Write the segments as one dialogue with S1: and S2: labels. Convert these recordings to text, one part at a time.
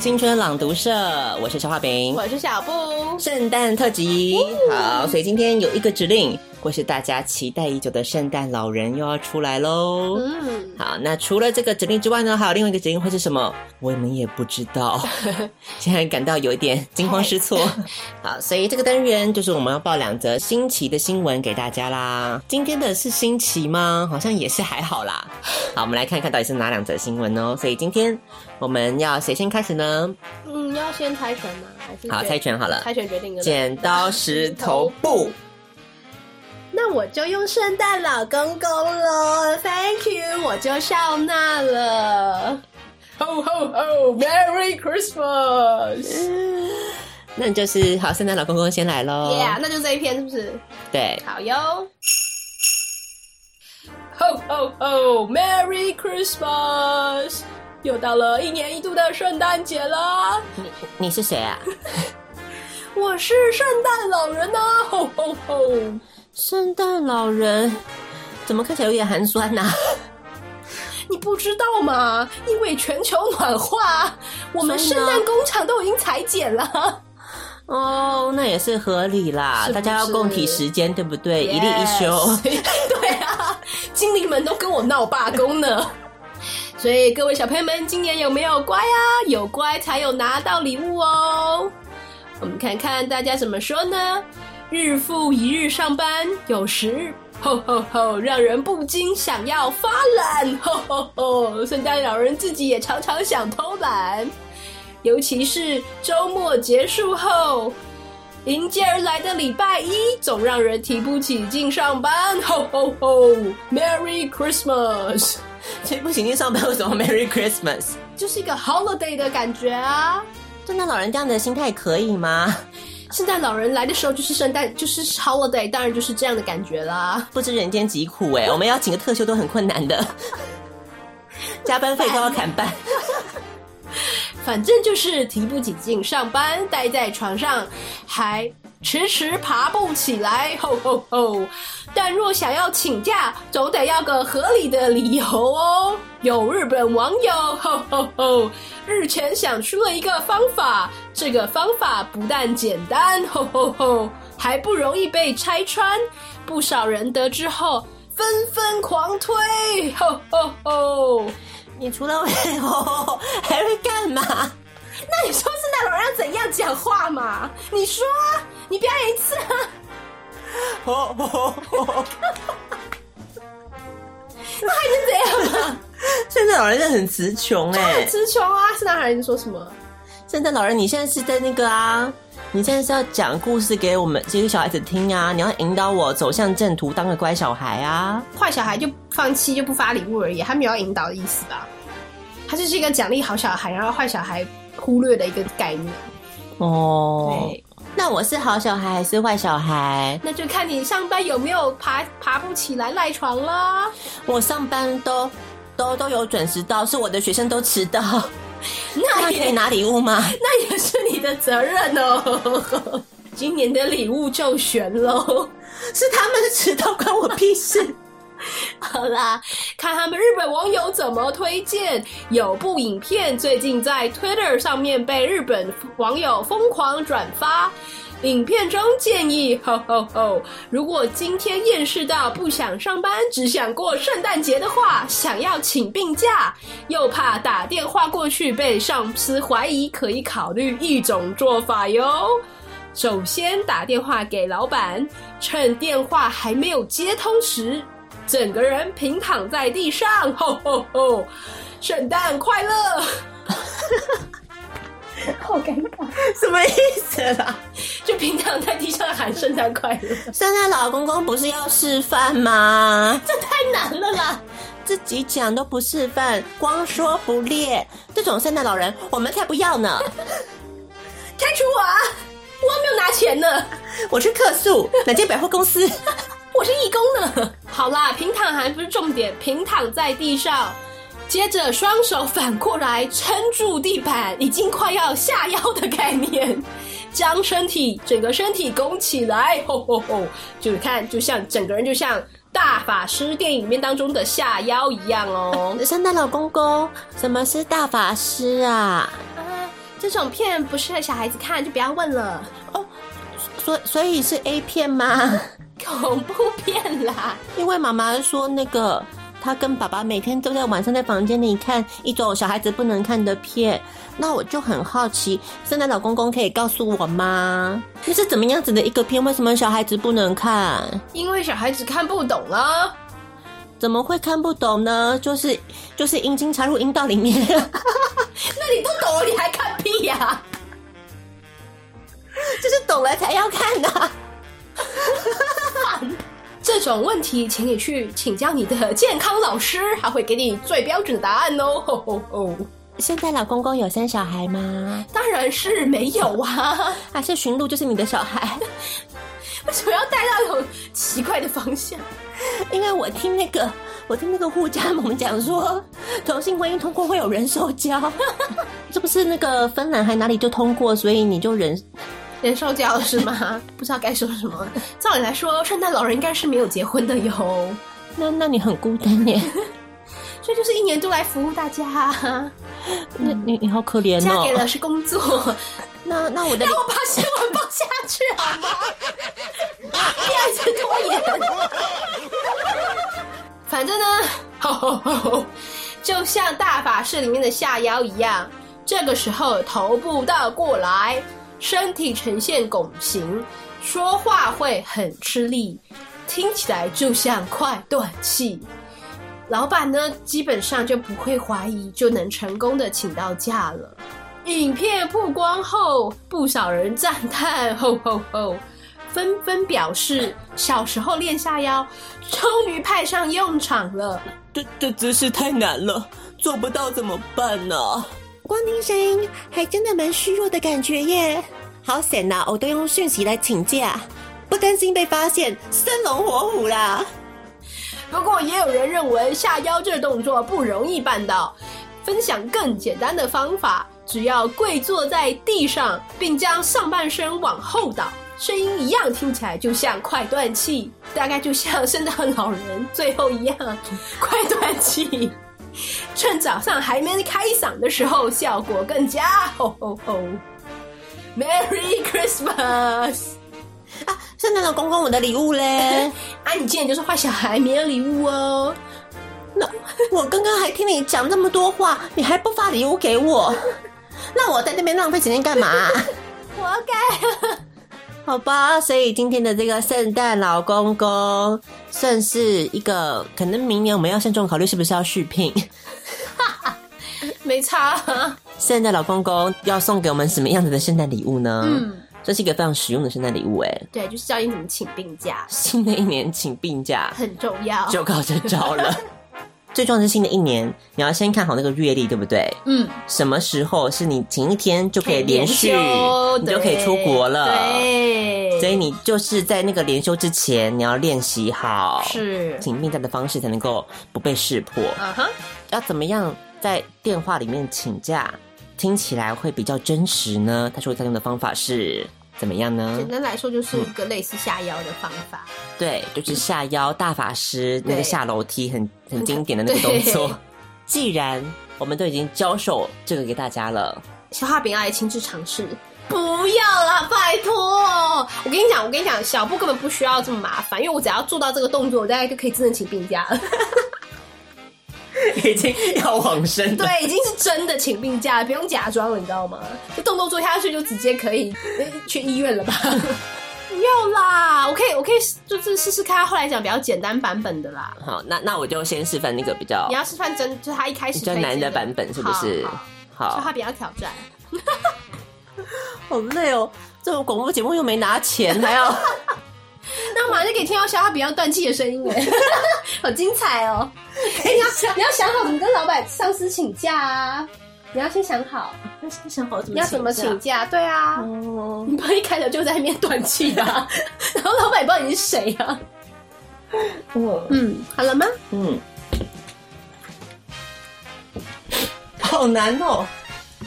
S1: 青春朗读社，我是小画饼，
S2: 我是小布。
S1: 圣诞特辑，好，所以今天有一个指令，或是大家期待已久的圣诞老人又要出来喽。
S2: 嗯，
S1: 好，那除了这个指令之外呢，还有另外一个指令会是什么？我们也不知道，现在感到有一点惊慌失措。好，所以这个单元就是我们要报两则新奇的新闻给大家啦。今天的是新奇吗？好像也是还好啦。好，我们来看看到底是哪两则新闻哦。所以今天我们要谁先开始呢？
S2: 嗯，要先猜拳吗？还是
S1: 好，
S2: 决
S1: 猜拳好了，
S2: 猜拳决定的。
S1: 剪刀石头布。
S2: 那我就用圣诞老公公了，Thank you，我就笑纳了。Ho ho ho，Merry Christmas！
S1: 那你就是好，圣诞老公公先来喽。
S2: Yeah，那就这一篇是不是？
S1: 对，
S2: 好哟。Ho ho ho，Merry Christmas！又到了一年一度的圣诞节啦，
S1: 你是谁啊？
S2: 我是圣诞老人呐、啊、！Ho ho ho！
S1: 圣诞老人怎么看起来有点寒酸啊 呐、
S2: 你不知道吗？因为全球暖化，我们圣诞工厂都已经裁剪了。
S1: 哦，那也是合理啦，
S2: 是不是
S1: 大家要共体时间，对不对？一例一
S2: Yes
S1: 休。
S2: 对啊，经理们都跟我闹罢工呢。 所以各位小朋友们，今年有没有乖啊？有乖才有拿到礼物哦。我们看看大家怎么说呢？日复一日上班，有时吼吼吼，让人不禁想要发懒。 吼吼吼，圣诞老人自己也常常想偷懒，尤其是周末结束后，迎接而来的礼拜一，总让人提不起劲上班。 吼吼吼，Merry Christmas，
S1: 所以不行，去上班为什么 Merry Christmas？
S2: 就是一个 holiday 的感觉啊。
S1: 圣诞老人这样的心态可以吗？
S2: 圣诞老人来的时候就是圣诞，就是 holiday，当然就是这样的感觉啦。
S1: 不知人间疾苦哎、我们要请个特休都很困难 的，加班费都要砍半。
S2: 反正就是提不起劲上班，待在床上还迟迟爬不起来。吼吼吼！但若想要请假，总得要个合理的理由哦。有日本网友吼吼吼，日前想出了一个方法，这个方法不但简单，吼吼吼，还不容易被拆穿。不少人得知后纷纷狂推，吼吼吼！
S1: 你除了会吼，还会干嘛？
S2: 那你说圣诞老人要怎样讲话嘛？你说啊，你表演一次啊！
S1: 吼吼吼！
S2: 那还能怎样嘛？
S1: 圣诞老人真的很词穷哎、
S2: 很词穷啊！圣诞老人说什么？
S1: 圣诞老人，你现在是在那个啊？你现在是要讲故事给我们这些小孩子听啊？你要引导我走向正途，当个乖小孩啊！
S2: 坏小孩就放弃就不发礼物而已，他没有要引导的意思吧？他就是一个奖励好小孩，然后坏小孩忽略的一个概念。
S1: 哦，
S2: 对，
S1: 那我是好小孩还是坏小孩？
S2: 那就看你上班有没有爬爬不起来赖床啦。
S1: 我上班都都都有准时到，是我的学生都迟到，
S2: 那
S1: 那可
S2: 也
S1: 以拿礼物吗？
S2: 那也是你的责任哦。 今年的礼物就悬喽。
S1: 是他们迟到关我屁事。
S2: 好啦，看他们日本网友怎么推荐。有部影片最近在 Twitter 上面被日本网友疯狂转发。影片中建议，吼吼吼！如果今天厌世到不想上班，只想过圣诞节的话，想要请病假，又怕打电话过去被上司怀疑，可以考虑一种做法哟。首先打电话给老板，趁电话还没有接通时，整个人平躺在地上， 吼吼吼！圣诞快乐！ 好尴尬，
S1: 什么意思啦？
S2: 就平躺在地上喊圣诞快乐，
S1: 圣诞老公公不是要示范吗？
S2: 这太难了啦！
S1: 自己讲都不示范，光说不练，这种圣诞老人我们才不要呢！
S2: 开除我啊！我还没有拿钱呢，
S1: 我去客诉哪间百货公司？
S2: 我是义工呢。 好啦，平躺还不是重点，平躺在地上，接着双手反过来撑住地板，已经快要下腰的概念， 将身体整个身体拱起来， 吼吼吼！就看，就像整个人就像大法师电影里面当中的下腰一样哦。
S1: 圣诞老公公，什么是大法师啊？
S2: 啊， 这种片不适合小孩子看，就不要问了。
S1: 所所以是 A 片吗？
S2: 恐怖片啦，
S1: 因为妈妈说那个她跟爸爸每天都在晚上在房间里看一种小孩子不能看的片，那我就很好奇，圣诞老公公可以告诉我吗？那是怎么样子的一个片？为什么小孩子不能看？
S2: 因为小孩子看不懂啊。
S1: 怎么会看不懂呢？就是就是阴茎插入阴道里面，
S2: 那你都懂了，你还看屁呀、
S1: 就是懂了才要看啊的、
S2: 这种问题，请你去请教你的健康老师，他会给你最标准的答案哦。 吼吼吼
S1: 圣诞老公公有生小孩吗？
S2: 当然是没有啊，
S1: 还是驯鹿就是你的小孩？
S2: 为什么要带到那种奇怪的方向？
S1: 因为我听那个，我听那个护家盟讲说，同性婚姻通过会有人受教， 是不是那个芬兰还哪里就通过，所以你就人
S2: 人受教是吗？ 不知道该说什么。照理来说，圣诞老人应该是没有结婚的哟，
S1: 那那你很孤单耶，
S2: 所以就是一年都来服务大家啊。
S1: 那你你好可怜
S2: 嫁给
S1: 哦。
S2: 了是工作，
S1: 那那我的
S2: 让我把新闻报下去好 吗？第二次拖延。 反正呢，就像大法师里面的下腰一样，这个时候头部倒过来，身体呈现拱形，说话会很吃力，听起来就像快断气。老板呢，基本上就不会怀疑，就能成功的请到假了。影片曝光后，不少人赞叹，吼吼吼，纷纷表示小时候练下腰，终于派上用场了。
S1: 这这姿势太难了，做不到怎么办呢、
S3: 光听声音还真的蛮虚弱的感觉耶。
S1: 好险呐、我都用讯息来请假，不担心被发现，生龙活虎啦。
S2: 不过，也有人认为下腰这动作不容易办到，分享更简单的方法，只要跪坐在地上，并将上半身往后倒，声音一样听起来就像快断气， 大概就像圣诞老人最后一样 快断气。趁早上还没开嗓的时候，效果更佳。 吼吼吼！Merry Christmas！
S1: 圣诞老公公，我的礼物 嘞？
S2: 啊，你今年就是坏小孩，没有礼物哦。
S1: 我刚刚还听你讲那么多话，你还不发礼物给我？ 那我在那边浪费时间干嘛、
S2: 活该。
S1: 好吧，所以今天的这个圣诞老公公，算是一个可能明年我们要慎重考虑是不是要续聘。
S2: 没差、啊。
S1: 圣诞老公公要送给我们什么样子的圣诞礼物呢？嗯，
S2: 嗯，
S1: 这是一个非常实用的圣诞礼物哎。
S2: 对，就是教你怎么请病假，
S1: 新的一年请病假
S2: 很重要。
S1: 就靠这招 了。最重要的是新的一年，你要先看好那个月历，对不对？
S2: 嗯，
S1: 什么时候是你请一天就可以连续，
S2: 可以连休
S1: 你就可以出国了。
S2: 对，
S1: 所以你就是在那个连休之前，你要练习好，
S2: 是
S1: 请病假的方式才能够不被识破。
S2: 啊哈，
S1: 要怎么样在电话里面请假，听起来会比较真实呢？他说他用的方法是怎么样呢
S2: 简？单来说就是一个类似下腰的方法。
S1: 对，就是下腰大法师那个
S2: 对
S1: 下楼梯很很经典的那个动
S2: 对
S1: 作。既然我们都已经教授这个给大家了，
S2: 小画饼要来亲自尝试。不要啦，拜托！我跟你讲，我跟你讲，小布根本不需要这么麻烦，因为我只要做到这个动作，我大概就可以真的请病假了。
S1: 已经要往生了。
S2: 对，已经是真的请病假了，不用假装了，你知道吗？这动作做下去就直接可以呃去医院了吧？不 要啦，我可以，我可以就是试试看，后来讲比较简单版本的啦。
S1: 好，那那我就先示范那个比较
S2: 你要示范真，就是他一开始
S1: 比较
S2: 推
S1: 难
S2: 荐
S1: 的版本，是不是
S2: 好好？就
S1: 好
S2: 他，比较挑战。
S1: 好累哦，这种广播节目又没拿钱，还 要
S2: 欸 那我马上就可以听到小哈比较断气的声音哎，好精彩哦！哎、你要你要想好怎么跟老板、上司请假啊！你要先想好
S1: 那先想好怎
S2: 你要怎么
S1: 请假
S2: 请假，对啊，
S1: 哦，
S2: 你不会一开头就在那边断气吧、 然后老板也不知道你是谁啊。
S1: 嗯
S2: 嗯，好了吗？
S1: 嗯， 好难哦。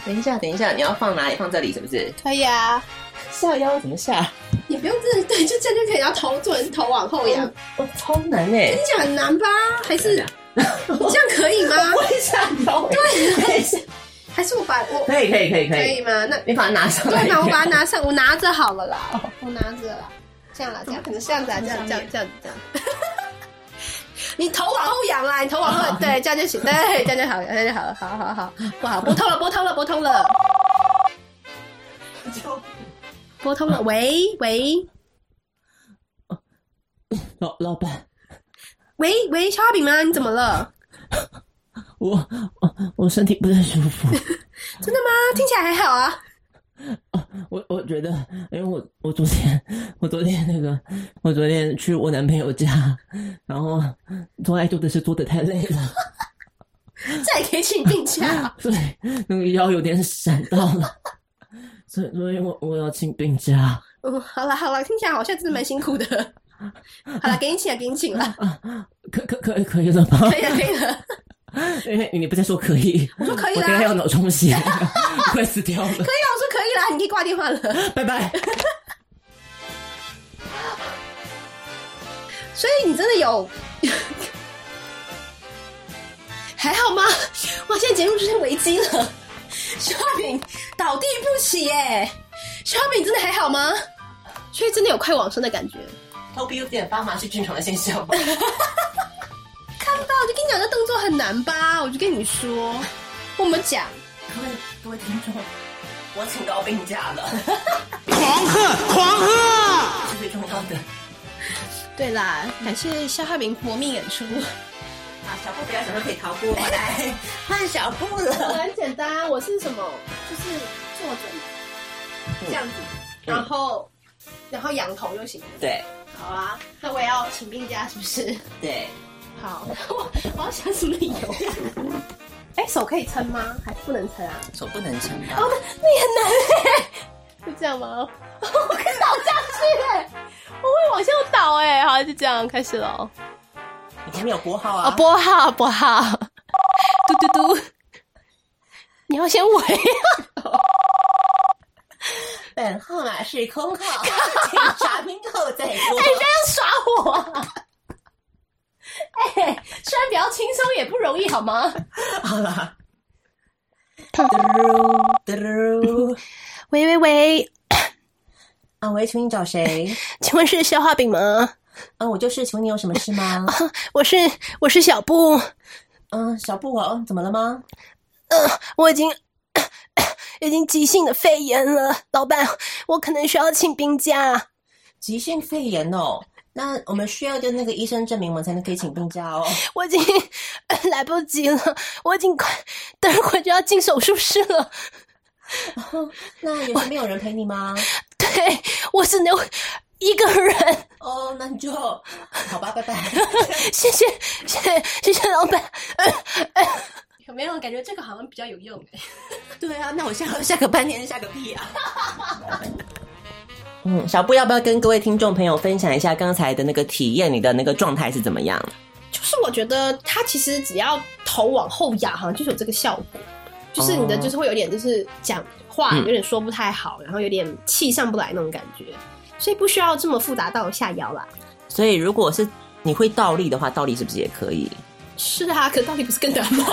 S1: 等一下，等一下，你要放哪里？放这里是不是？
S2: 可以啊，
S1: 下腰怎么下？
S2: 也不用这对，就这样就可以，然后头做人头往后仰，你
S1: 哦，超难哎！
S2: 这样很难吧？还是你这样可以吗？
S1: 会下腰哎。
S2: 对，还是我把我
S1: 可以，可以，可以，可
S2: 可
S1: 以
S2: 以。吗？那
S1: 你把它拿上来。
S2: 对嘛，我把它拿上，我拿着好了啦，我拿着啦，这样啦，这样可能这样 子啊，这样这样这样这样。你头往后仰啦，你头啊往后， 对，这样就行，对，这样就好了，这样就好了，好好好，不好，拨通了，拨通了，拨通 了，拨通了，喂喂
S1: 老老板，
S2: 喂喂，小画饼吗？你怎么了？
S1: 我我我身体不太舒服，
S2: 真的吗？听起来还好啊，
S1: 我我觉得，因为我我昨天我昨天那个我昨天去我男朋友家，然后做爱做的是做的太累了。
S2: 这也可以请啊病 假，
S1: 对，那个腰有点闪到了， 所以所以我我要请病假
S2: 嗯，好了好了，听起来好像真的蛮辛苦的，好了，给你请了，给你请了，
S1: 啊，可可可以可以了吗？
S2: 可以了可以了，
S1: 因为你不再说可以，
S2: 我说可以
S1: 我
S2: 啦，
S1: 等
S2: 可
S1: 一下
S2: 以啦，
S1: 要脑充血， 快死掉了，
S2: 我说可以啦，你可以挂电话了。
S1: 拜拜。
S2: 所以你真的有 还好吗？哇，现在节目出现危机了，小画饼倒地不起耶！小画饼真的还好吗？所以真的有快往生的感觉。
S1: 头皮有点发麻是正常的现象
S2: 看到，我就跟你讲，这动作很难吧？我就跟你说，我们讲，
S1: 各位各位听众，我请到病假了，
S4: 狂喝，狂喝！
S1: 是最重要的。
S2: 对啦，感谢肖画饼搏命演出，
S1: 嗯啊，小布不要想说可以逃过 来，换小布了。
S2: 很简单，我是什么？就是坐着
S1: 嗯
S2: 这样子，然后然后仰头就行了。
S1: 对
S2: 好啊，那我也要请病假，是不是？
S1: 对，
S2: 好， 我我要想什么理由？ 哎、手可以撑吗？还是不能撑啊？
S1: 手不能撑
S2: 哦
S1: 到，，
S2: 那那
S1: 欸
S2: 也很难哎、 就这样 吗？我可以倒下去哎、 我会往下倒哎、好，就这样开始了。
S1: 你还没有拨号
S2: 啊，
S1: 啊？
S2: 拨号拨号，嘟嘟嘟，你要先围。
S1: 本号码是空号，请查明后再拨。
S2: 耍我、啊！哎、虽然比较轻松，也不容易，好吗？
S1: 好啦。嘟噜嘟噜，
S2: 喂喂喂，
S1: 啊喂，请你找谁？
S2: 请问是消化饼吗？
S1: 啊，我就是，请问你有什么事吗？
S2: 我是我是小布，
S1: 嗯，小布啊，嗯怎么了吗？
S2: 我已经 已经急性的肺炎了，老板，我可能需要请病假。
S1: 急性肺炎哦，那我们需要跟那个医生证明，我们才能可以请病假哦。
S2: 我已经 来不及了，我已经快等会就要进手术室了。
S1: 那也是没有人陪你吗？
S2: 对我只能一个人。
S1: 哦，那你就好吧，拜拜。
S2: 谢谢谢谢谢谢老板。有 没有感觉这个好像比较有用、
S1: 对啊，那我下下个半天下个屁啊！嗯，小布要不要跟各位听众朋友分享一下刚才的那个体验？你的那个状态是怎么样？
S2: 就是我觉得它其实只要头往后仰，好像就是有这个效果，就是你的
S1: 哦
S2: 就是会有点就是讲话
S1: 嗯
S2: 有点说不太好，然后有点气上不来那种感觉，所以不需要这么复杂到下腰啦。
S1: 所以如果是你会倒立的话，倒立是不是也可以？
S2: 是啊，可到底不是更难吗？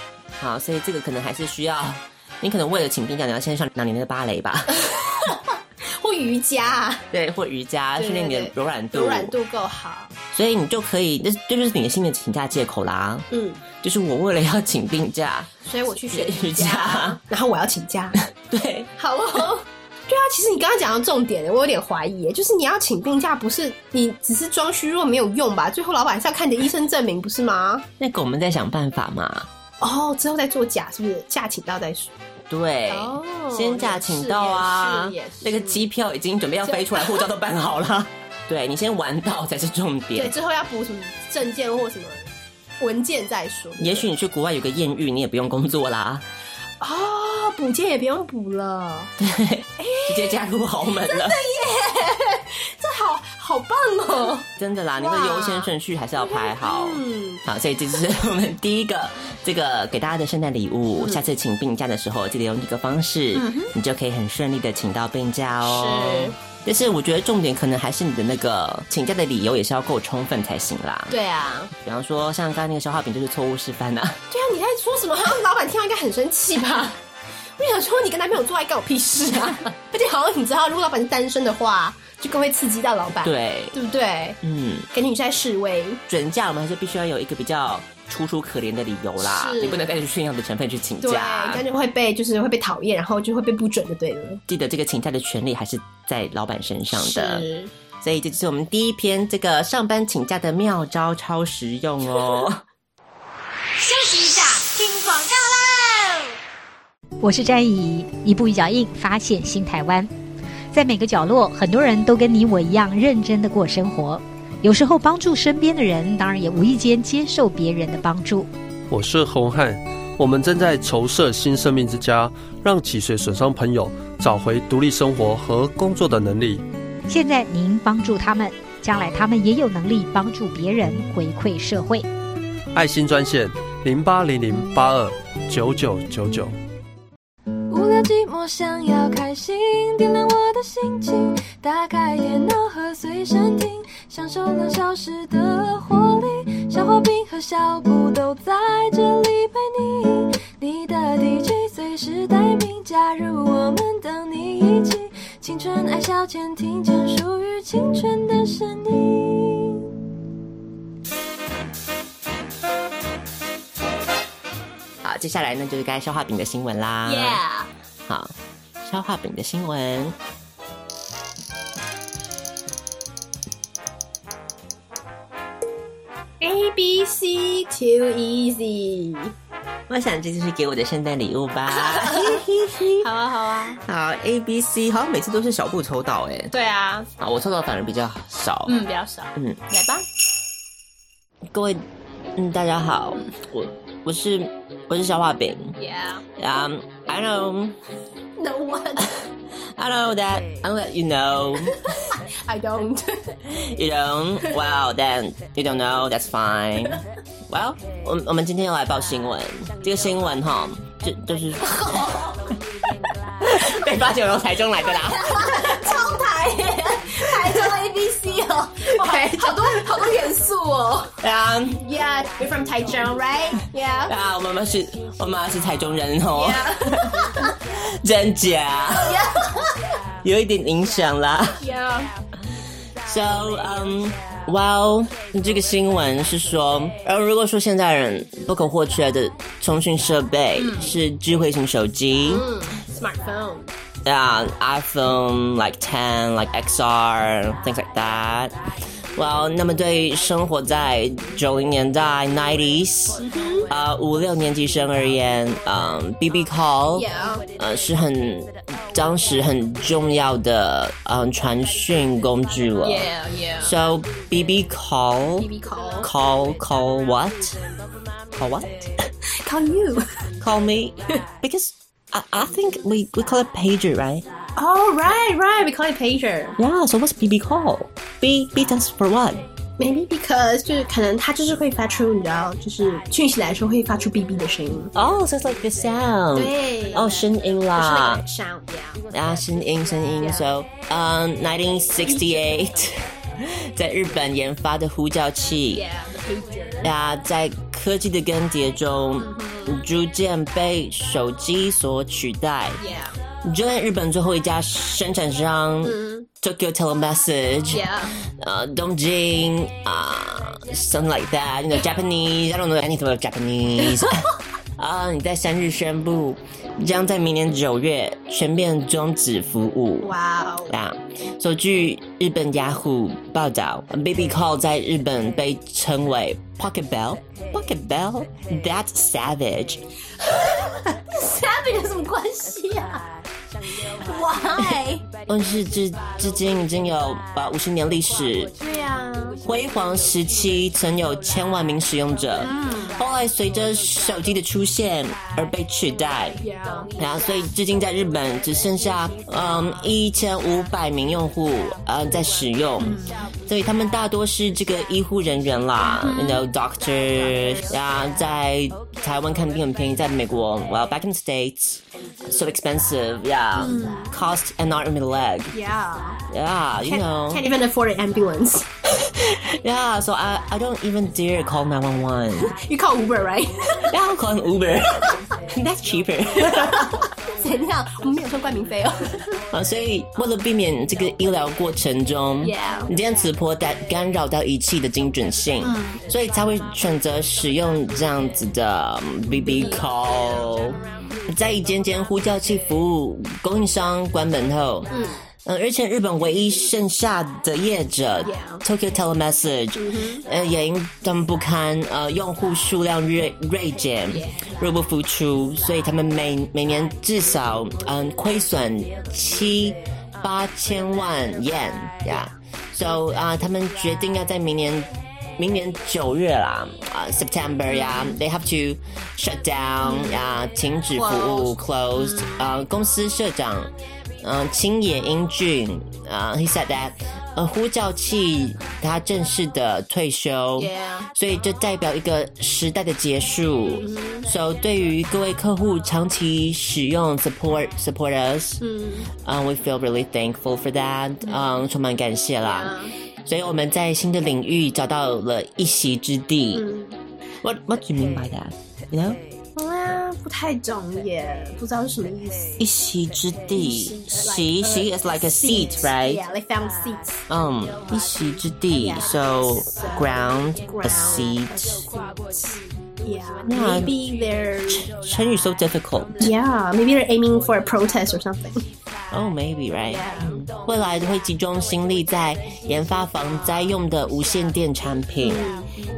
S1: 好，所以这个可能还是需要，你可能为了请病假，你要先上两年的芭蕾吧，
S2: 或瑜伽、啊、
S1: 对，或瑜伽
S2: 对
S1: 训
S2: 对
S1: 练你的
S2: 对
S1: 柔软度，
S2: 柔软，度够好，
S1: 所以你就可以，这这就是你的新的请假借口啦。
S2: 嗯，
S1: 就是我为了要请病假，
S2: 所以我去学
S1: 瑜
S2: 瑜
S1: 伽
S2: 伽，啊然后我要请假。
S1: 对，
S2: 好哦。 对啊，其实你刚刚讲到重点了，我有点怀疑耶，就是你要请病假，不是你只是装虚弱没有用吧？最后老板是要看你的医生证明，不是吗？
S1: 那个我们再想办法嘛。
S2: 哦，之后再做假，是不是？假请到再说。
S1: 对，
S2: 哦
S1: 哎先假请到啊
S2: 也是也是，
S1: 那个机票已经准备要飞出来，护照都 办好了。对你先玩到才是重
S2: 对，
S1: 点。
S2: 之后要补什么证件或什么
S5: 文件再说。
S1: 也许你去国外有个艳遇，你也不用工作啦，
S2: 哦，补件也不用补了，
S1: 直接嫁入豪门了。
S2: 这好好棒哦！
S1: 真的啦，你的优先顺序还是要排好。
S2: 嗯，
S1: 好，所以这就是我们第一个这个给大家的圣诞礼物。下次请病假的时候，记得用这个方式，你就可以很顺利的请到病假哦
S2: 是。
S1: 但是我觉得重点可能还是你的那个请假的理由也是要够充分才行啦。
S2: 对啊，
S1: 比方说像刚刚那个消化饼就是错误示范啊，
S5: 对啊，你在说什么？老板听到应该很生气吧？ 我想说，你跟男朋友做爱干我屁事 啊！而且好像你知道，如果老板是单身的话，就更会刺激到老板，
S1: 对，
S5: 对不对？
S1: 嗯，
S5: 感觉你是在示威。
S1: 准假我们还是必须要有一个比较楚楚可怜的理由啦，
S5: 是
S1: 你不能带着炫耀的成分去请
S5: 对，
S1: 假。
S5: 感觉会被就是会被讨厌，然后就会被不准就对了。
S1: 记得这个请假的权利还是在老板身上的。所以这就是我们第一篇这个上班请假的妙招，超实用 哦。
S6: 休息一下，听广告喽。
S7: 我是詹怡，一步一脚印发现新台湾。在每个角落，很多人都跟你我一样认真的过生活，有时候帮助身边的人，当然也无意间接受别人的帮助。
S8: 我是洪汉，我们正在筹设新生命之家，让脊髓损伤朋友找回独立生活和工作的能力。
S7: 现在您帮助他们，将来他们也有能力帮助别人，回馈社会。
S8: 爱心专线零八零零八二九九九九。
S9: 无聊寂寞，想要开心，点亮我的心情，打开电脑和随身听，享受两小时的活力。小花饼和小布都在这里陪你，你的 DJ 随时待命，加入我们，等你一起。青春爱消遣，听见属于青春的声音。
S1: 好，接下来呢就是该消化饼的新闻啦。
S2: Yeah，
S1: 好，消化饼的新闻。
S2: A B C too easy。
S1: 我想这就是给我的圣诞礼物 吧。
S2: 好啊，好啊，
S1: 好，A B C，好像每次都是小布抽到哎、
S2: 对啊，
S1: 啊，我抽到反而比较少。
S2: 嗯，比较少，
S1: 嗯
S2: 来吧。
S1: 各位，嗯，大家好，我我是我是消化饼。
S2: Yeah，
S1: Um, I know,
S5: No one,
S1: I know that, I know that you know,
S5: I don't.
S1: you don't. Well, then you don't know. That's fine. Well，我们我们今天要来报新闻，这个新闻哈，就就是 被发现我从台中来的啦。
S5: 超台耶，台中 A B C 哦，对，好多好多元素哦。
S1: 对啊，
S5: Yeah, we're from Taichung, right? Yeah.
S1: 对啊，我妈妈是，我妈妈是台中人哦，真假？有一点影响啦。
S5: Yeah.
S1: So，嗯、哇哦，这个新闻是说，呃，如果说现代人不可或缺的通讯设备是智慧型手机，
S5: Smartphone.
S1: 对啊，iPhone like ten, like XR, things like that。Well，那么对于生活在九零年代 （nineties）
S5: Mm-hmm。
S1: 呃五六年级生而言，嗯、b b call，
S5: Yeah.
S1: 呃是很当时很重要的嗯、传讯工具了。
S5: Yeah, yeah.
S1: So BB call
S5: BB call.
S1: call call what? Call what?
S5: Call you.
S1: Call me because I, I think we, we call it pager, right?
S5: Oh, right, right. We call it pager.
S1: Yeah. So what's BB call? B B stands for what?
S5: Maybe because 就是可能它就是会发出，你知道，就是讯息来说会发出 B B 的声音。
S1: Oh, so it's like the sound.
S5: 对。
S1: Oh, 声音啦。
S5: Sound, yeah.
S1: 啊，声音声音，so，嗯、n i n e t e e n sixty eight，在日本研发的呼叫器，啊，在科技的更迭中，逐渐被手机所取代。就连日本最后一家生产商 Tokyo Telemessage，呃，东京啊，something like that，you know Japanese，I don't know anything about Japanese 。啊！你在三日宣布，将在明年九月全面终止服务。
S5: 哇哦。
S1: 啊，所以据日本雅虎报道，Baby Call 在日本被称为 Pocket Bell。Pocket Bell, that's savage。
S5: Savage 有什么关系啊？
S2: Why？
S1: 问世至至今已经有把五十年历史。
S2: 对呀、
S1: 辉煌时期曾有千万名使用者，后来随着手机的出现而被取代。
S2: 呀
S1: 然后，所以至今在日本只剩下嗯一千五百名用户呃在使用，所以他们大多是这个医护人员啦、y o u know doctors，然后在台湾看病很便宜，在美国 well back in the states so expensive yeah、cost an arm and a leg
S2: yeah.
S1: yeah you know
S2: Can't even afford an ambulance.
S1: yeah so I I don't even dare call 911
S2: You call Uber, right?
S1: yeah I'll call an Uber that's cheaper
S2: 怎样？我们没有收冠名费哦。
S1: 啊，所以为了避免这个医疗过程中
S2: Yeah
S1: 你将磁波干干扰到仪器的精准性，所以才会选择使用这样子的嗯 BB call。在一间间呼叫器服务供应商关门后，嗯。而且日本唯一剩下的业者 Tokyo Telemessage，、呃，也因登不堪，呃，用户数量锐锐减，入不敷出，所以他们每每年至少嗯亏损七八千万 yen 呀、so 啊、他们决定要在明年明年九月啦，啊、s e p t e m b e r 呀、t h e y have to shut down 呀、停止服务 closed，啊、公司社长。嗯，青野英俊，啊、h e said that，呃，呼叫器他正式的退休
S2: Yeah
S1: 所以这代表一个时代的结束。So 对于各位客户长期使用 support support us，嗯、w e feel really thankful for that，嗯、充满感谢啦。所以我们在新的领域找到了一席之地。What What do you mean by that? You know，
S2: 啊，不太懂耶，不知道是什么意思。
S1: 一席之地，席席 is like a seat，right？
S2: Yeah, like found seats.
S1: 嗯，一席之地，so ground a seat。
S2: Yeah,
S1: Yeah.
S2: maybe they're
S1: 成语 so difficult。
S2: yeah, maybe they're aiming for a protest or something.
S1: Oh, maybe right. 嗯未来会集中心力在研发防灾用的无线电产品。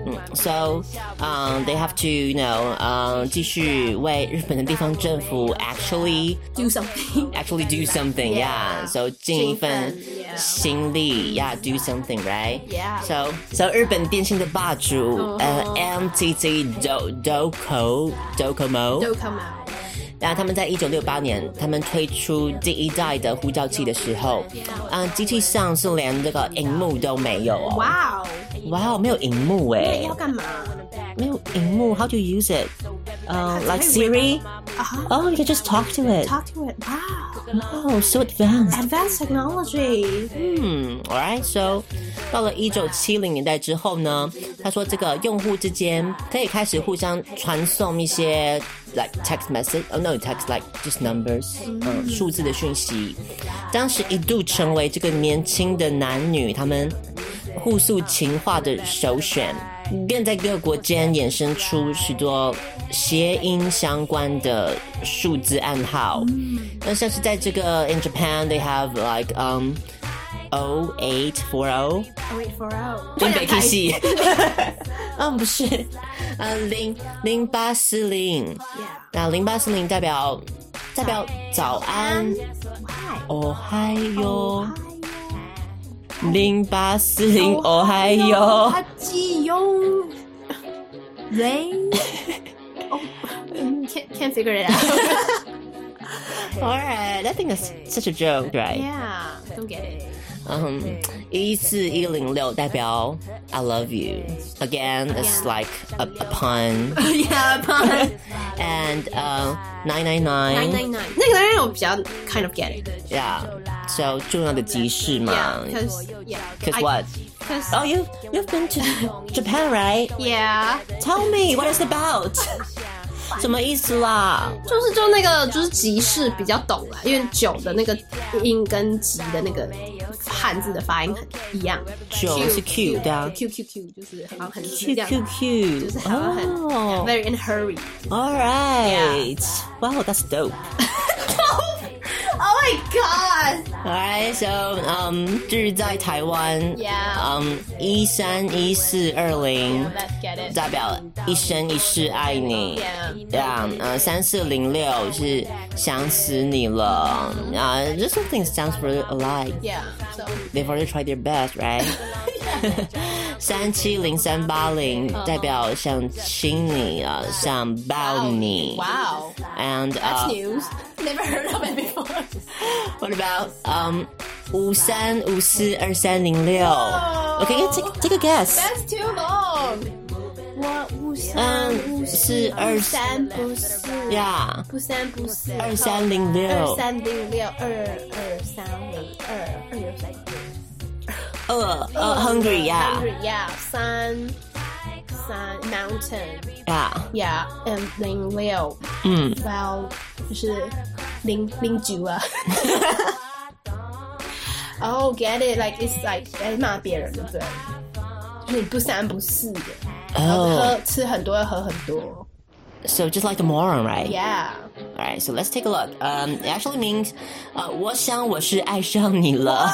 S1: 嗯，so, um, they have to, you know, 呃，继续为日本的地方政府 actually
S2: Do something.
S1: actually do something, yeah. So 尽一份心力，yeah, do something, right?
S2: Yeah.
S1: So, so 日本电信的霸主，呃，MTT Do Doco Docomo。
S2: Do come out.
S1: 那他们在一九六八年，他们推出第一代的呼叫器的时候，嗯，机器上是连这个荧幕都没有哦。
S2: Wow.
S1: 哇哦，没有荧幕哎，
S2: 要干嘛？
S1: 没有荧幕，How do you use it？呃、l i k e Siri？Oh, you can just talk to it.
S2: Talk to it. Wow.
S1: Oh, so advanced.
S2: Advanced technology.
S1: 嗯，All right. So，到了一九七零年代之后呢，他说这个用户之间可以开始互相传送一些 like text message，哦、no text like just numbers，嗯，数字的讯息。当时一度成为这个年轻的男女他们互诉情话的首选，更在各国间衍生出许多谐音相关的数字暗号。那像是在这个 in Japan they have like um O，oh eight oh four O，
S2: Wait for out.
S1: 东北 K 系， 嗯不 是，呃零零八四零，那零八四零代表代表早安，Oh, 哦嗨哟，零八四零哦嗨哟，
S2: 他基用 they. Oh, can't can't figure it out.
S1: Alright, I think that's such a joke, right?
S2: yeah, don't get it.
S1: 嗯，一四一零六代表 I love you. Again, it's like a, a pun.
S2: yeah, but
S1: And uh, nine nine
S2: nine
S1: nine.
S2: nine nine. 那个男人我比较 kind of get it.
S1: Yeah，so 重要的集市嘛。
S2: Cause yeah,
S1: 嗯 Cause
S2: I-
S1: what?
S2: Cause
S1: Oh, you you've been to Japan, right?
S2: yeah.
S1: Tell me what it's about. 什么意思啦？
S2: 就是就那个就是集市比较懂了，因为酒的那个音跟集的那个汉字的发音很一样。
S1: 酒是 Q 对啊
S2: q Q Q 就是好像很
S1: ，Q
S2: 急这样
S1: Q
S2: 就是
S1: Q。
S2: 好像很、
S1: 哦
S2: very in a hurry。
S1: ，All right. Wow, that's dope.
S2: Oh my
S5: my god！
S1: 来，so，嗯，um, 日在台湾，
S2: Yeah
S1: 嗯，一三一四二零
S2: Let's get it
S1: 代表一生一世爱你
S2: Yeah
S1: 对啊，呃，三四零六是想死你了，啊、j u s t something sounds really alike。
S2: Yeah, so
S1: They've already tried their best, right? 三七零三八零代表想亲你啊，想抱你。
S2: Oh, wow,
S1: And
S2: that's
S1: uh,
S2: news. Never heard of it before.
S1: What about um 五三五四二三零六？Okay, take take a guess.
S2: Oh. That's too long.
S3: 我五三
S1: 嗯，
S3: 五四
S1: 是二
S3: 三不四
S1: 呀，
S3: 不三不四
S1: 二三零
S3: 二
S1: 六，
S3: 三零六二二三零二二三
S1: 二二 hungry 呀
S3: ，hungry yeah 三
S2: 呃
S3: 三 mountain
S1: 呀，
S3: yeah and 零六
S1: 嗯
S3: well 就是零零九啊。Oh, get it? Like it's like 在骂别人，对不对？就是你不三不四的，然后
S1: ，Oh,
S3: 喝吃很多，喝很多
S1: so just like a moron, right?
S3: ，yeah。
S1: Alright, so let's take a look. Um, it actually means, 呃，我想我是爱上你了。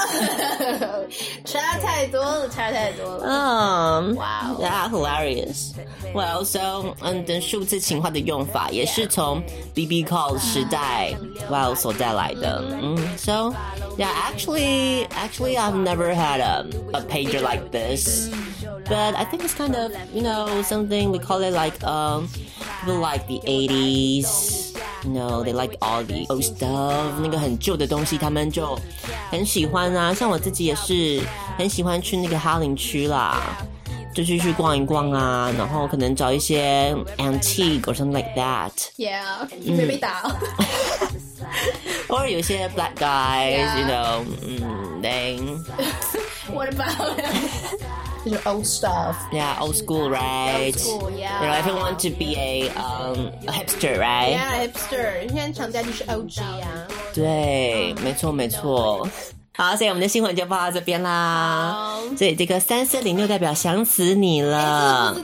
S5: 差太多了，差太多了。
S1: Um, wow, yeah, hilarious. Well, so 嗯，等数字情话的用法也是从 BB
S5: Ah。
S1: Call 时代 Wow 所带来的。嗯，so yeah, actually, actually, I've never had a a pager like this. But I think it's kind of, you know, something we call it like, um, people like the 80s. You know, they like all the old stuff. 那个很旧的东西，他们就很喜欢啊。像我自己也是很喜欢去那个哈林区啦，就是去逛一逛啊，然后可能找一些 antique or something like that。
S5: Yeah，没
S1: 嗯
S5: 被打哦。
S1: 偶尔有一些 black guys，you know，嗯，they。
S5: 我的宝贝。
S3: 就是 old stuff。
S1: Yeah, old school, right?
S5: school, yeah.
S1: You know, everyone want to be a um a hipster, right?
S5: Yeah, hipster，现在厂家就是 OG 啊。
S1: 对，没错没错。好，所以我们的新闻就报到这边
S5: 啊
S1: 啦。所以这个三四零六代表想死你
S5: 哎哦
S1: 了，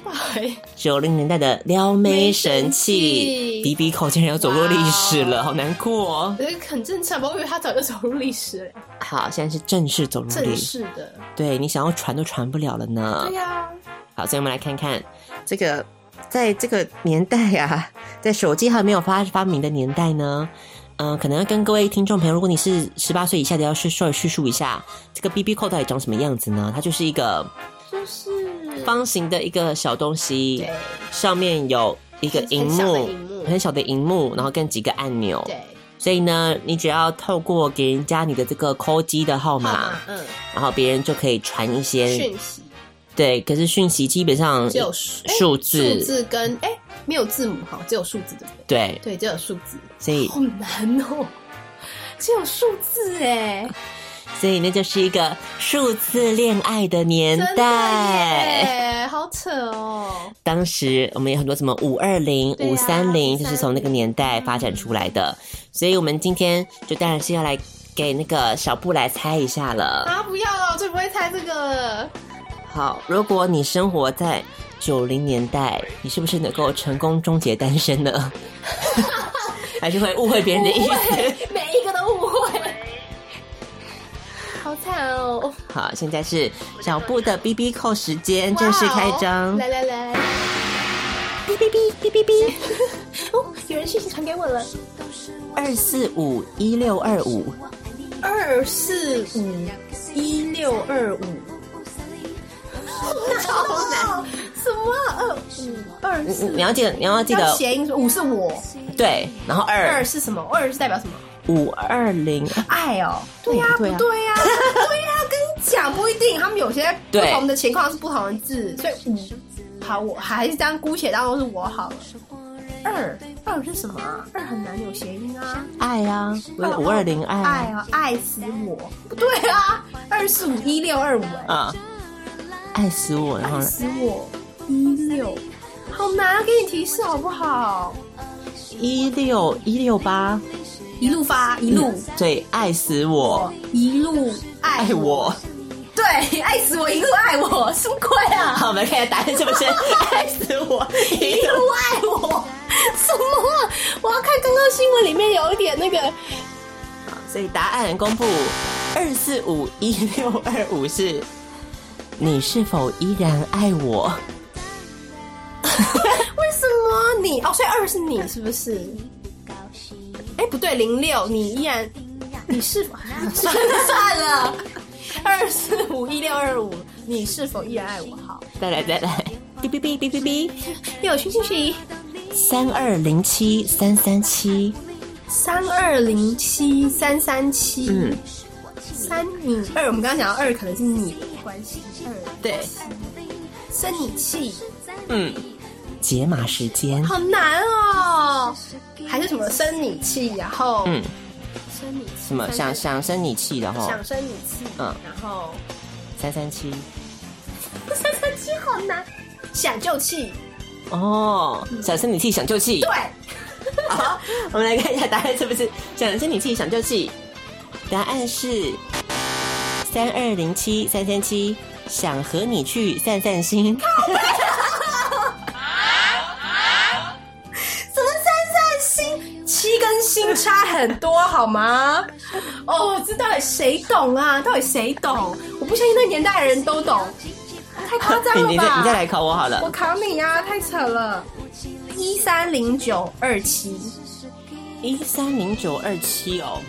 S5: 欸
S1: 九零年代的撩妹神器，B B 口竟然要走入历史了，好难过、哦。
S5: 这个很正常吧？我以为他早就走入历史了。
S1: 好，现在是正式走入历
S5: 正
S1: 史，
S5: 式的，
S1: 对你想要传都传不了了呢。
S5: 对啊呀，
S1: 好，所以我们来看看这个，在这个年代啊，在手机还没有发发明的年代呢，嗯、可能要跟各位听众朋友，如果你是十八岁以下的，要去稍微叙述一下这个 BB 扣到底长什么样子呢？它就是一个就是方形的一个小东西，上面有一个荧幕，很小的荧幕，然后跟几个按钮，
S5: 对，
S1: 所以呢，你只要透过给人家你的这个扣机的号码，
S5: 嗯，
S1: 然后别人就可以传一些
S5: 讯息
S1: 对，可是讯息基本上
S5: 只有哎
S1: 嗯数
S5: 数
S1: 字，
S5: 字跟哎没有字母哈，只有数字对不对？对，
S1: 对，
S5: 只有数字，
S1: 所以
S5: 好难哦，只有数字哎，
S1: 所以那就是一个数字恋爱的年代。
S5: 哎，好扯哦，
S1: 当时我们有很多什么五二零、
S5: 啊
S1: 五三零，就是从那个年代发展出来的。所以我们今天就当然是要来给那个小布来猜一下了。
S5: 啊，不要了，我最不会猜这个了，
S1: 好，如果你生活在九零年代，你是不是能够成功终结单身呢？ 还是会误会别人的 意思？
S5: 每一个都误会，好惨哦，
S1: 好，现在是小布的 B B 扣时间正式开张。
S5: 哦来来来， 哦
S3: 有人讯息传给我了，
S1: 二四五一六二五，
S5: 二四五一六二五，好难，什么二五二
S1: 你
S5: 四？
S1: 你要记得，你要记
S5: 要
S1: 得
S5: 谐音是不是五是我，
S1: 对，然后
S5: 二
S1: 二
S5: 是什么？二是代表什么？
S1: 五二零，
S5: 爱哦，对呀、不对呀、对呀、跟你讲不一定，他们有些不
S1: 对
S5: 同的情况是不同的字，所以五好，我还是这样姑且当做是我好了。二二是什么啊？二很难有谐音啊，
S1: 爱啊，
S2: Oh,
S1: 五二零爱
S5: 哦爱
S1: 啊
S5: 啊，爱死我！不对啊，二四五一六二五，哎
S1: 啊，爱死我，哦然后
S5: 爱死我一六，好难啊，给你提示好不好？
S1: 一六一六八，
S5: 一路发一路，
S1: 对，爱死我，
S5: 一路爱
S1: 嗯爱我，
S5: 对，爱死我，一路爱我，什么鬼啊？
S1: 好，我们看答案是不是爱死我？
S5: 一路爱我，什么啊？我要看刚刚新闻里面有一点那个，
S1: 哎所以答案公布：二四五一六二五是你是否依然爱我？
S5: 为什么你？哦，所以二是你是不是？哎，不对，零六你依 然你是否啊算了算了，二四五一六二五，你是否依然爱我？好，
S1: 再来再来，哔哔哔哔哔哔，
S5: 又有讯讯息，
S1: 三二零七三三七，
S5: 三二零七三三七，
S1: 嗯，
S5: 三你二，我们刚刚讲到二可能是你的关系，二
S1: 对，
S5: 生你气，
S1: 嗯，解码时间，
S5: 好难哦，还是什么生你气，然后
S1: 嗯，
S5: 生你气
S1: 什么想
S5: 三
S1: 想生你气的哈，
S5: 想生你气，
S1: 嗯
S5: 然后
S1: 三三七，
S5: 三三七好难，想就气，
S1: 哦，想生你气想就气，
S5: 对，
S1: 好，我们来看一下答案是不是想生你气想就气？答案是三二零七三三七，想和你去散散心。
S5: 怎么三三心七跟心差很多好吗？ 哦，这到底谁懂啊？到底谁懂？我不相信那年代的人都懂，太夸张 了
S1: 你你再
S5: 吧？
S1: 你再来考我好
S5: 我
S1: 了，
S5: 考你啊，太扯了！一三零九二七，
S1: 一三零九二七哦，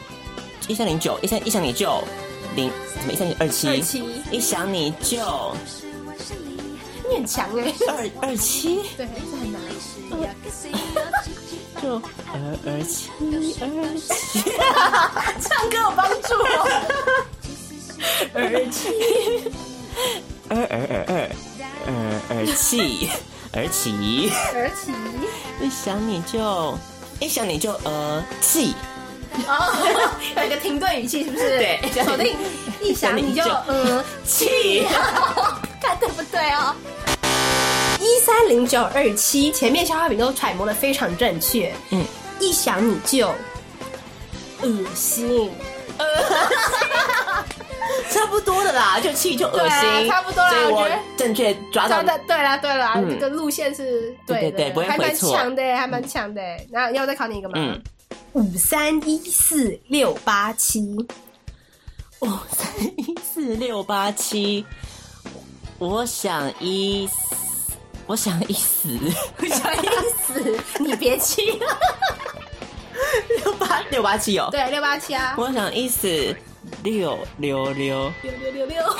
S1: 一三零九一三一想你就零什么一三零二七
S5: 27
S1: 一想你就
S5: 你很强 哎、
S1: 二二七
S5: 对，这很难。
S1: 就二二七二七，
S5: 唱歌有帮助哦。二七，
S1: 二二二二二二七二七。
S5: 二七，
S1: 一想你就，一想你就呃气，
S5: 哦，有一个停顿语气是不是？
S1: 对
S5: 锁定一想你 就嗯气， 看对不对哦？一三零九二七，前面消化饼都揣摩的非常正确。
S1: 嗯，
S5: 一想你就恶心。
S1: 差不多的啦，就气就恶
S5: 对啊
S1: 心，
S5: 差不多啦
S1: 所以
S5: 我觉
S1: 我
S5: 得
S1: 正确抓到
S5: 真的，对啦对啦，
S1: 嗯
S5: 这个路线是对的，
S1: 对对对不会
S5: 还蛮
S1: 回错
S5: 强的，还蛮强的。那要我再考你一个吗
S1: 嗯？
S5: 五三一四六八七，
S1: 哦，三一四六八七，我想一死，我想一死，
S5: 小意思，你别气了。
S1: 六八六八七哦，
S5: 对，六八七啊，
S1: 我想一死六六六，
S5: 六六六六，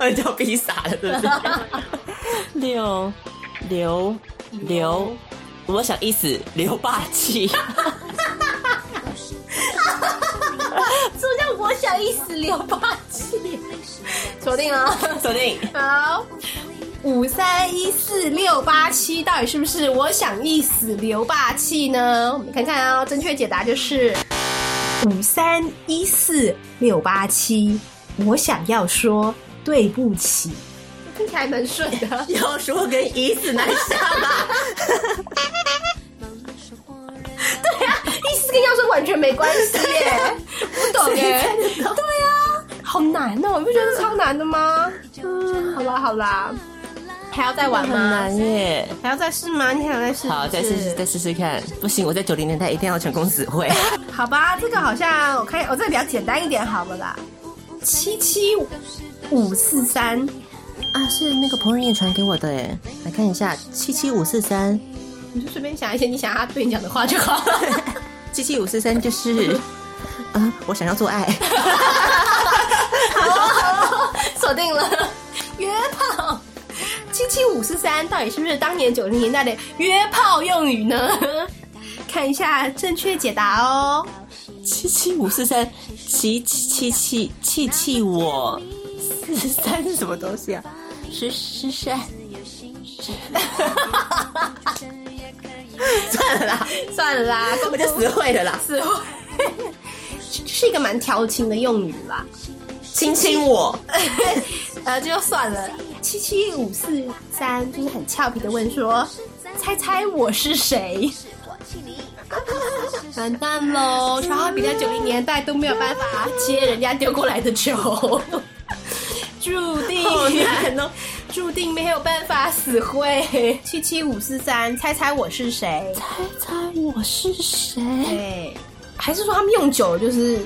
S1: 我叫比傻了，对不对？六六六，我想一死六八七，
S5: 是不是叫我想一死六八七？锁定 了，
S1: 锁定。
S5: 好。五三一四六八七，到底是不是我想一死留霸气呢？我们看看哦，正确解答就是五三一四六八七。我想要说对不起，听起来蛮顺 的。
S1: 要说跟一字难下
S5: 啊
S1: 吧，
S5: 意思啊跟要说完全没关系耶，不懂耶。对啊，好难哦，你不觉得超难的吗？嗯，好啦好啦，还要再玩
S1: 很
S5: 吗？
S1: 难耶。
S5: 还要再试吗？你还想再试？
S1: 好，再试试，再试试看。不行，我在九零年代一定要成功 死会。啊
S5: 好吧，这个好像我看我、这个比较简单一点好了啦，七七五四三，
S1: 啊，是那个彭仁燕传给我的耶，来看一下七七五四三，
S5: 你就随便想一些你想要对你讲的话就好了。
S1: 七七五四三就是， 啊，我想要做爱，
S5: 锁定了 约炮。七七五四三到底是不是当年九零年代的约炮用语呢？看一下正确解答哦。
S1: 七七五四三，七七七七气气我四三是什么东西啊？是是是。算了 啦，
S5: 算了啦，
S1: 我就死会了啦。
S5: 死会是一个蛮调情的用语啦。
S1: 亲亲我，
S5: 呃，就算了。七七五四三就是很俏皮的问说：“猜猜我是谁？”完蛋喽！小花比在九零年代都没有办 法接人家丢过来的球，注定
S1: 好难哦。
S5: 注定没有办法死 灰。
S2: 七七五四三，猜猜我是谁？
S5: 猜猜我是谁？
S2: 对，
S5: 还是说他们用久了就是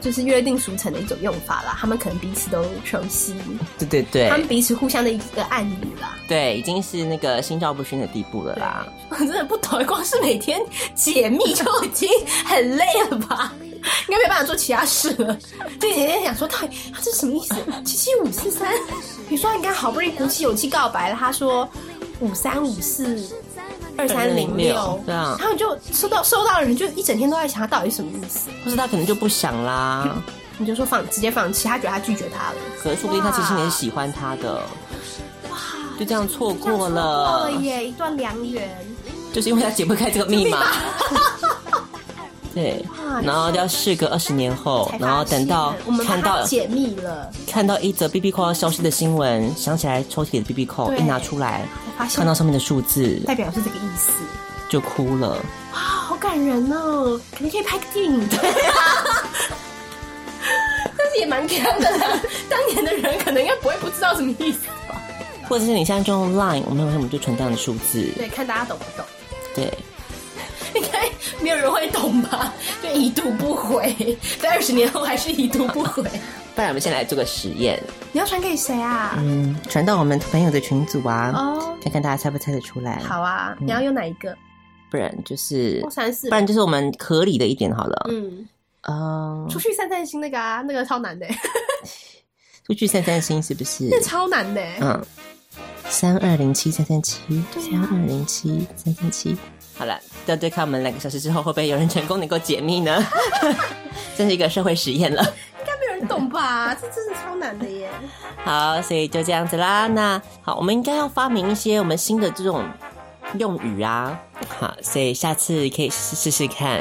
S5: 就是约定俗成的一种用法啦？他们可能彼此都熟悉，
S1: 对对
S5: 他们
S1: 对
S5: 彼此互相的一个暗语啦。
S1: 对，已经是那个心照不宣的地步了啦。
S5: 我真的不懂，光是每天解密就已经很累了吧？应该没办法做其他事 了。这姐姐想说，到底他这是什么意思？七七五四三，你说你刚好不容易鼓起勇气告白了，他说五三五四二三零六
S1: 2306，对啊
S5: 然后你就收到收到的人就一整天都在想他到底是什么意思，
S1: 或是他可能就不想啦，
S5: 你就说放直接放弃，他觉得他拒绝他了，
S1: 可能说不定他其实也是喜欢他的，就这样错
S5: 这样
S1: 过
S5: 错过
S1: 了
S5: 了，哦耶，一段良缘。
S1: 就是因为他解不开这个密码。 对，然后要事隔二十年后
S5: 啊才，发
S1: 然后等到
S5: 现我们把
S1: 看
S5: 它
S1: 到
S5: 解密了，
S1: 看到一则 B B 扣要消失的新闻，想起来抽屉里的 B B 扣
S5: 对
S1: 一拿出来
S5: 才发，现
S1: 看到上面的数字
S5: 代表是这个意思。
S1: 就哭了。
S5: 啊，好感人哦！可能可以拍个电影。对啊， 但是也蛮干的啦。当年的人可能应该不会不知道什么意思吧？
S1: 或者是你现在就用 Line，我们有什么就存这样的数字，
S5: 对，看大家懂不懂。
S1: 对，
S5: 应该没有人会懂吧？就已读不回，在二十年后还是已读不回。
S1: 不然我们先来做个实验，
S5: 你要传给谁啊？
S1: 嗯，传到我们朋友的群组啊，
S5: 哦，
S1: 看看大家猜不猜得出来。
S5: 好，啊，你要用哪一个？
S1: 不然就是
S5: 二，三四
S1: 不。然就是我们合理的一点好了。
S5: 嗯，
S1: 嗯，
S5: 出去散散心那个啊，那个超难的，
S1: 出去散散心是不是？
S5: 那 超难的。
S1: 嗯，三二零七三三七，三二零七三三七。啊好了，要对看我们两个小时之后会不会有人成功能够解密呢？ 真是一个社会实验了。
S5: 应该没有人懂吧？这真的超难的耶！
S1: 好，所以就这样子啦。那好，我们应该要发明一些我们新的这种用语啊。好，所以下次可以试试试看，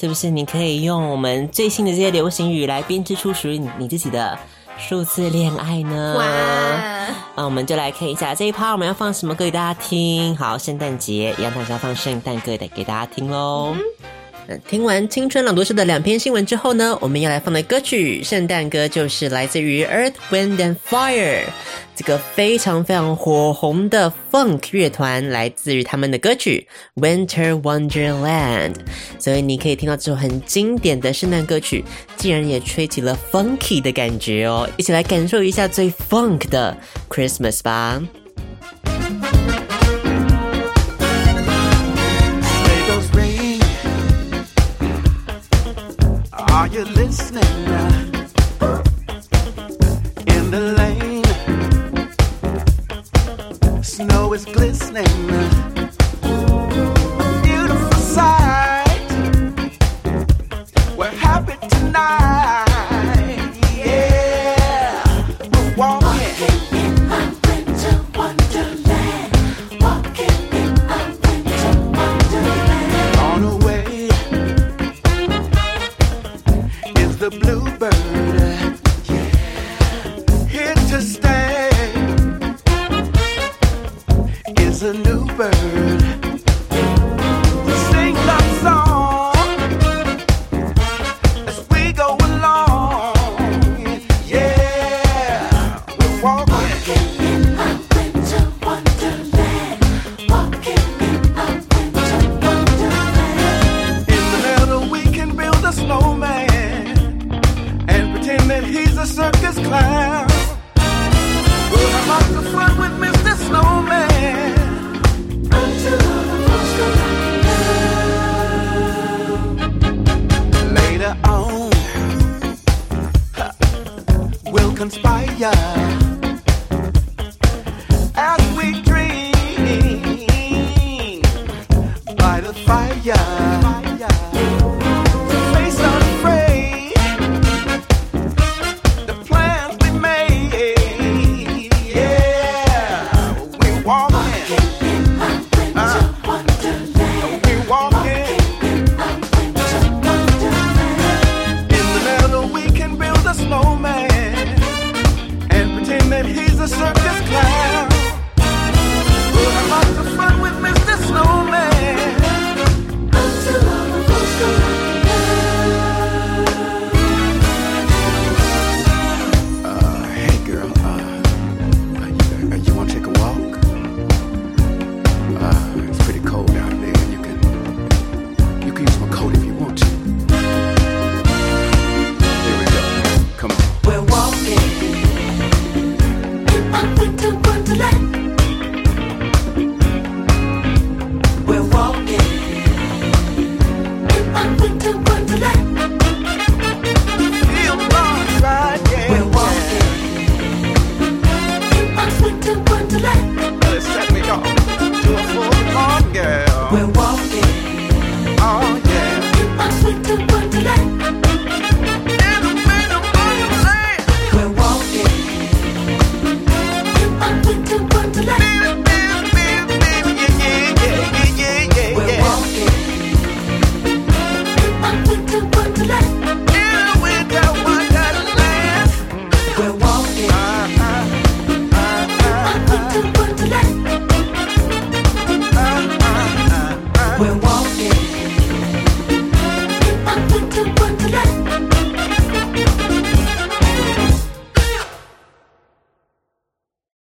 S1: 是不是你可以用我们最新的这些流行语来编织出属于你你自己的数字恋爱呢？那我们就来看一下这一趴我们要放什么歌给大家听。好，圣诞节一样，大家放圣诞歌的给大家听喽。嗯那听完青春朗读社的两篇新闻之后呢，我们要来放的歌曲圣诞歌就是来自于 Earth, Wind and Fire 这个非常非常火红的 Funk 乐团，来自于他们的歌曲 Winter Wonderland。所以你可以听到这首很经典的圣诞歌曲，竟然也吹起了 funky 的感觉哦！一起来感受一下最 funk 的 Christmas 吧。
S10: Sleigh bells ring. Are you listening? In the lane, snow is glistening. Beautiful sight. We're happy tonight. Yeah, we're walking. on her way is the bluebird here to stay is a new bird sing love song as we go along yeah we're walking In the middle, we can build a snowman and pretend that he's a circus clown. We'll have lots of fun with Mr. Snowman. Later on, huh, we'll conspire as we dream by the fire. Uh, Uh, Uh, Oh,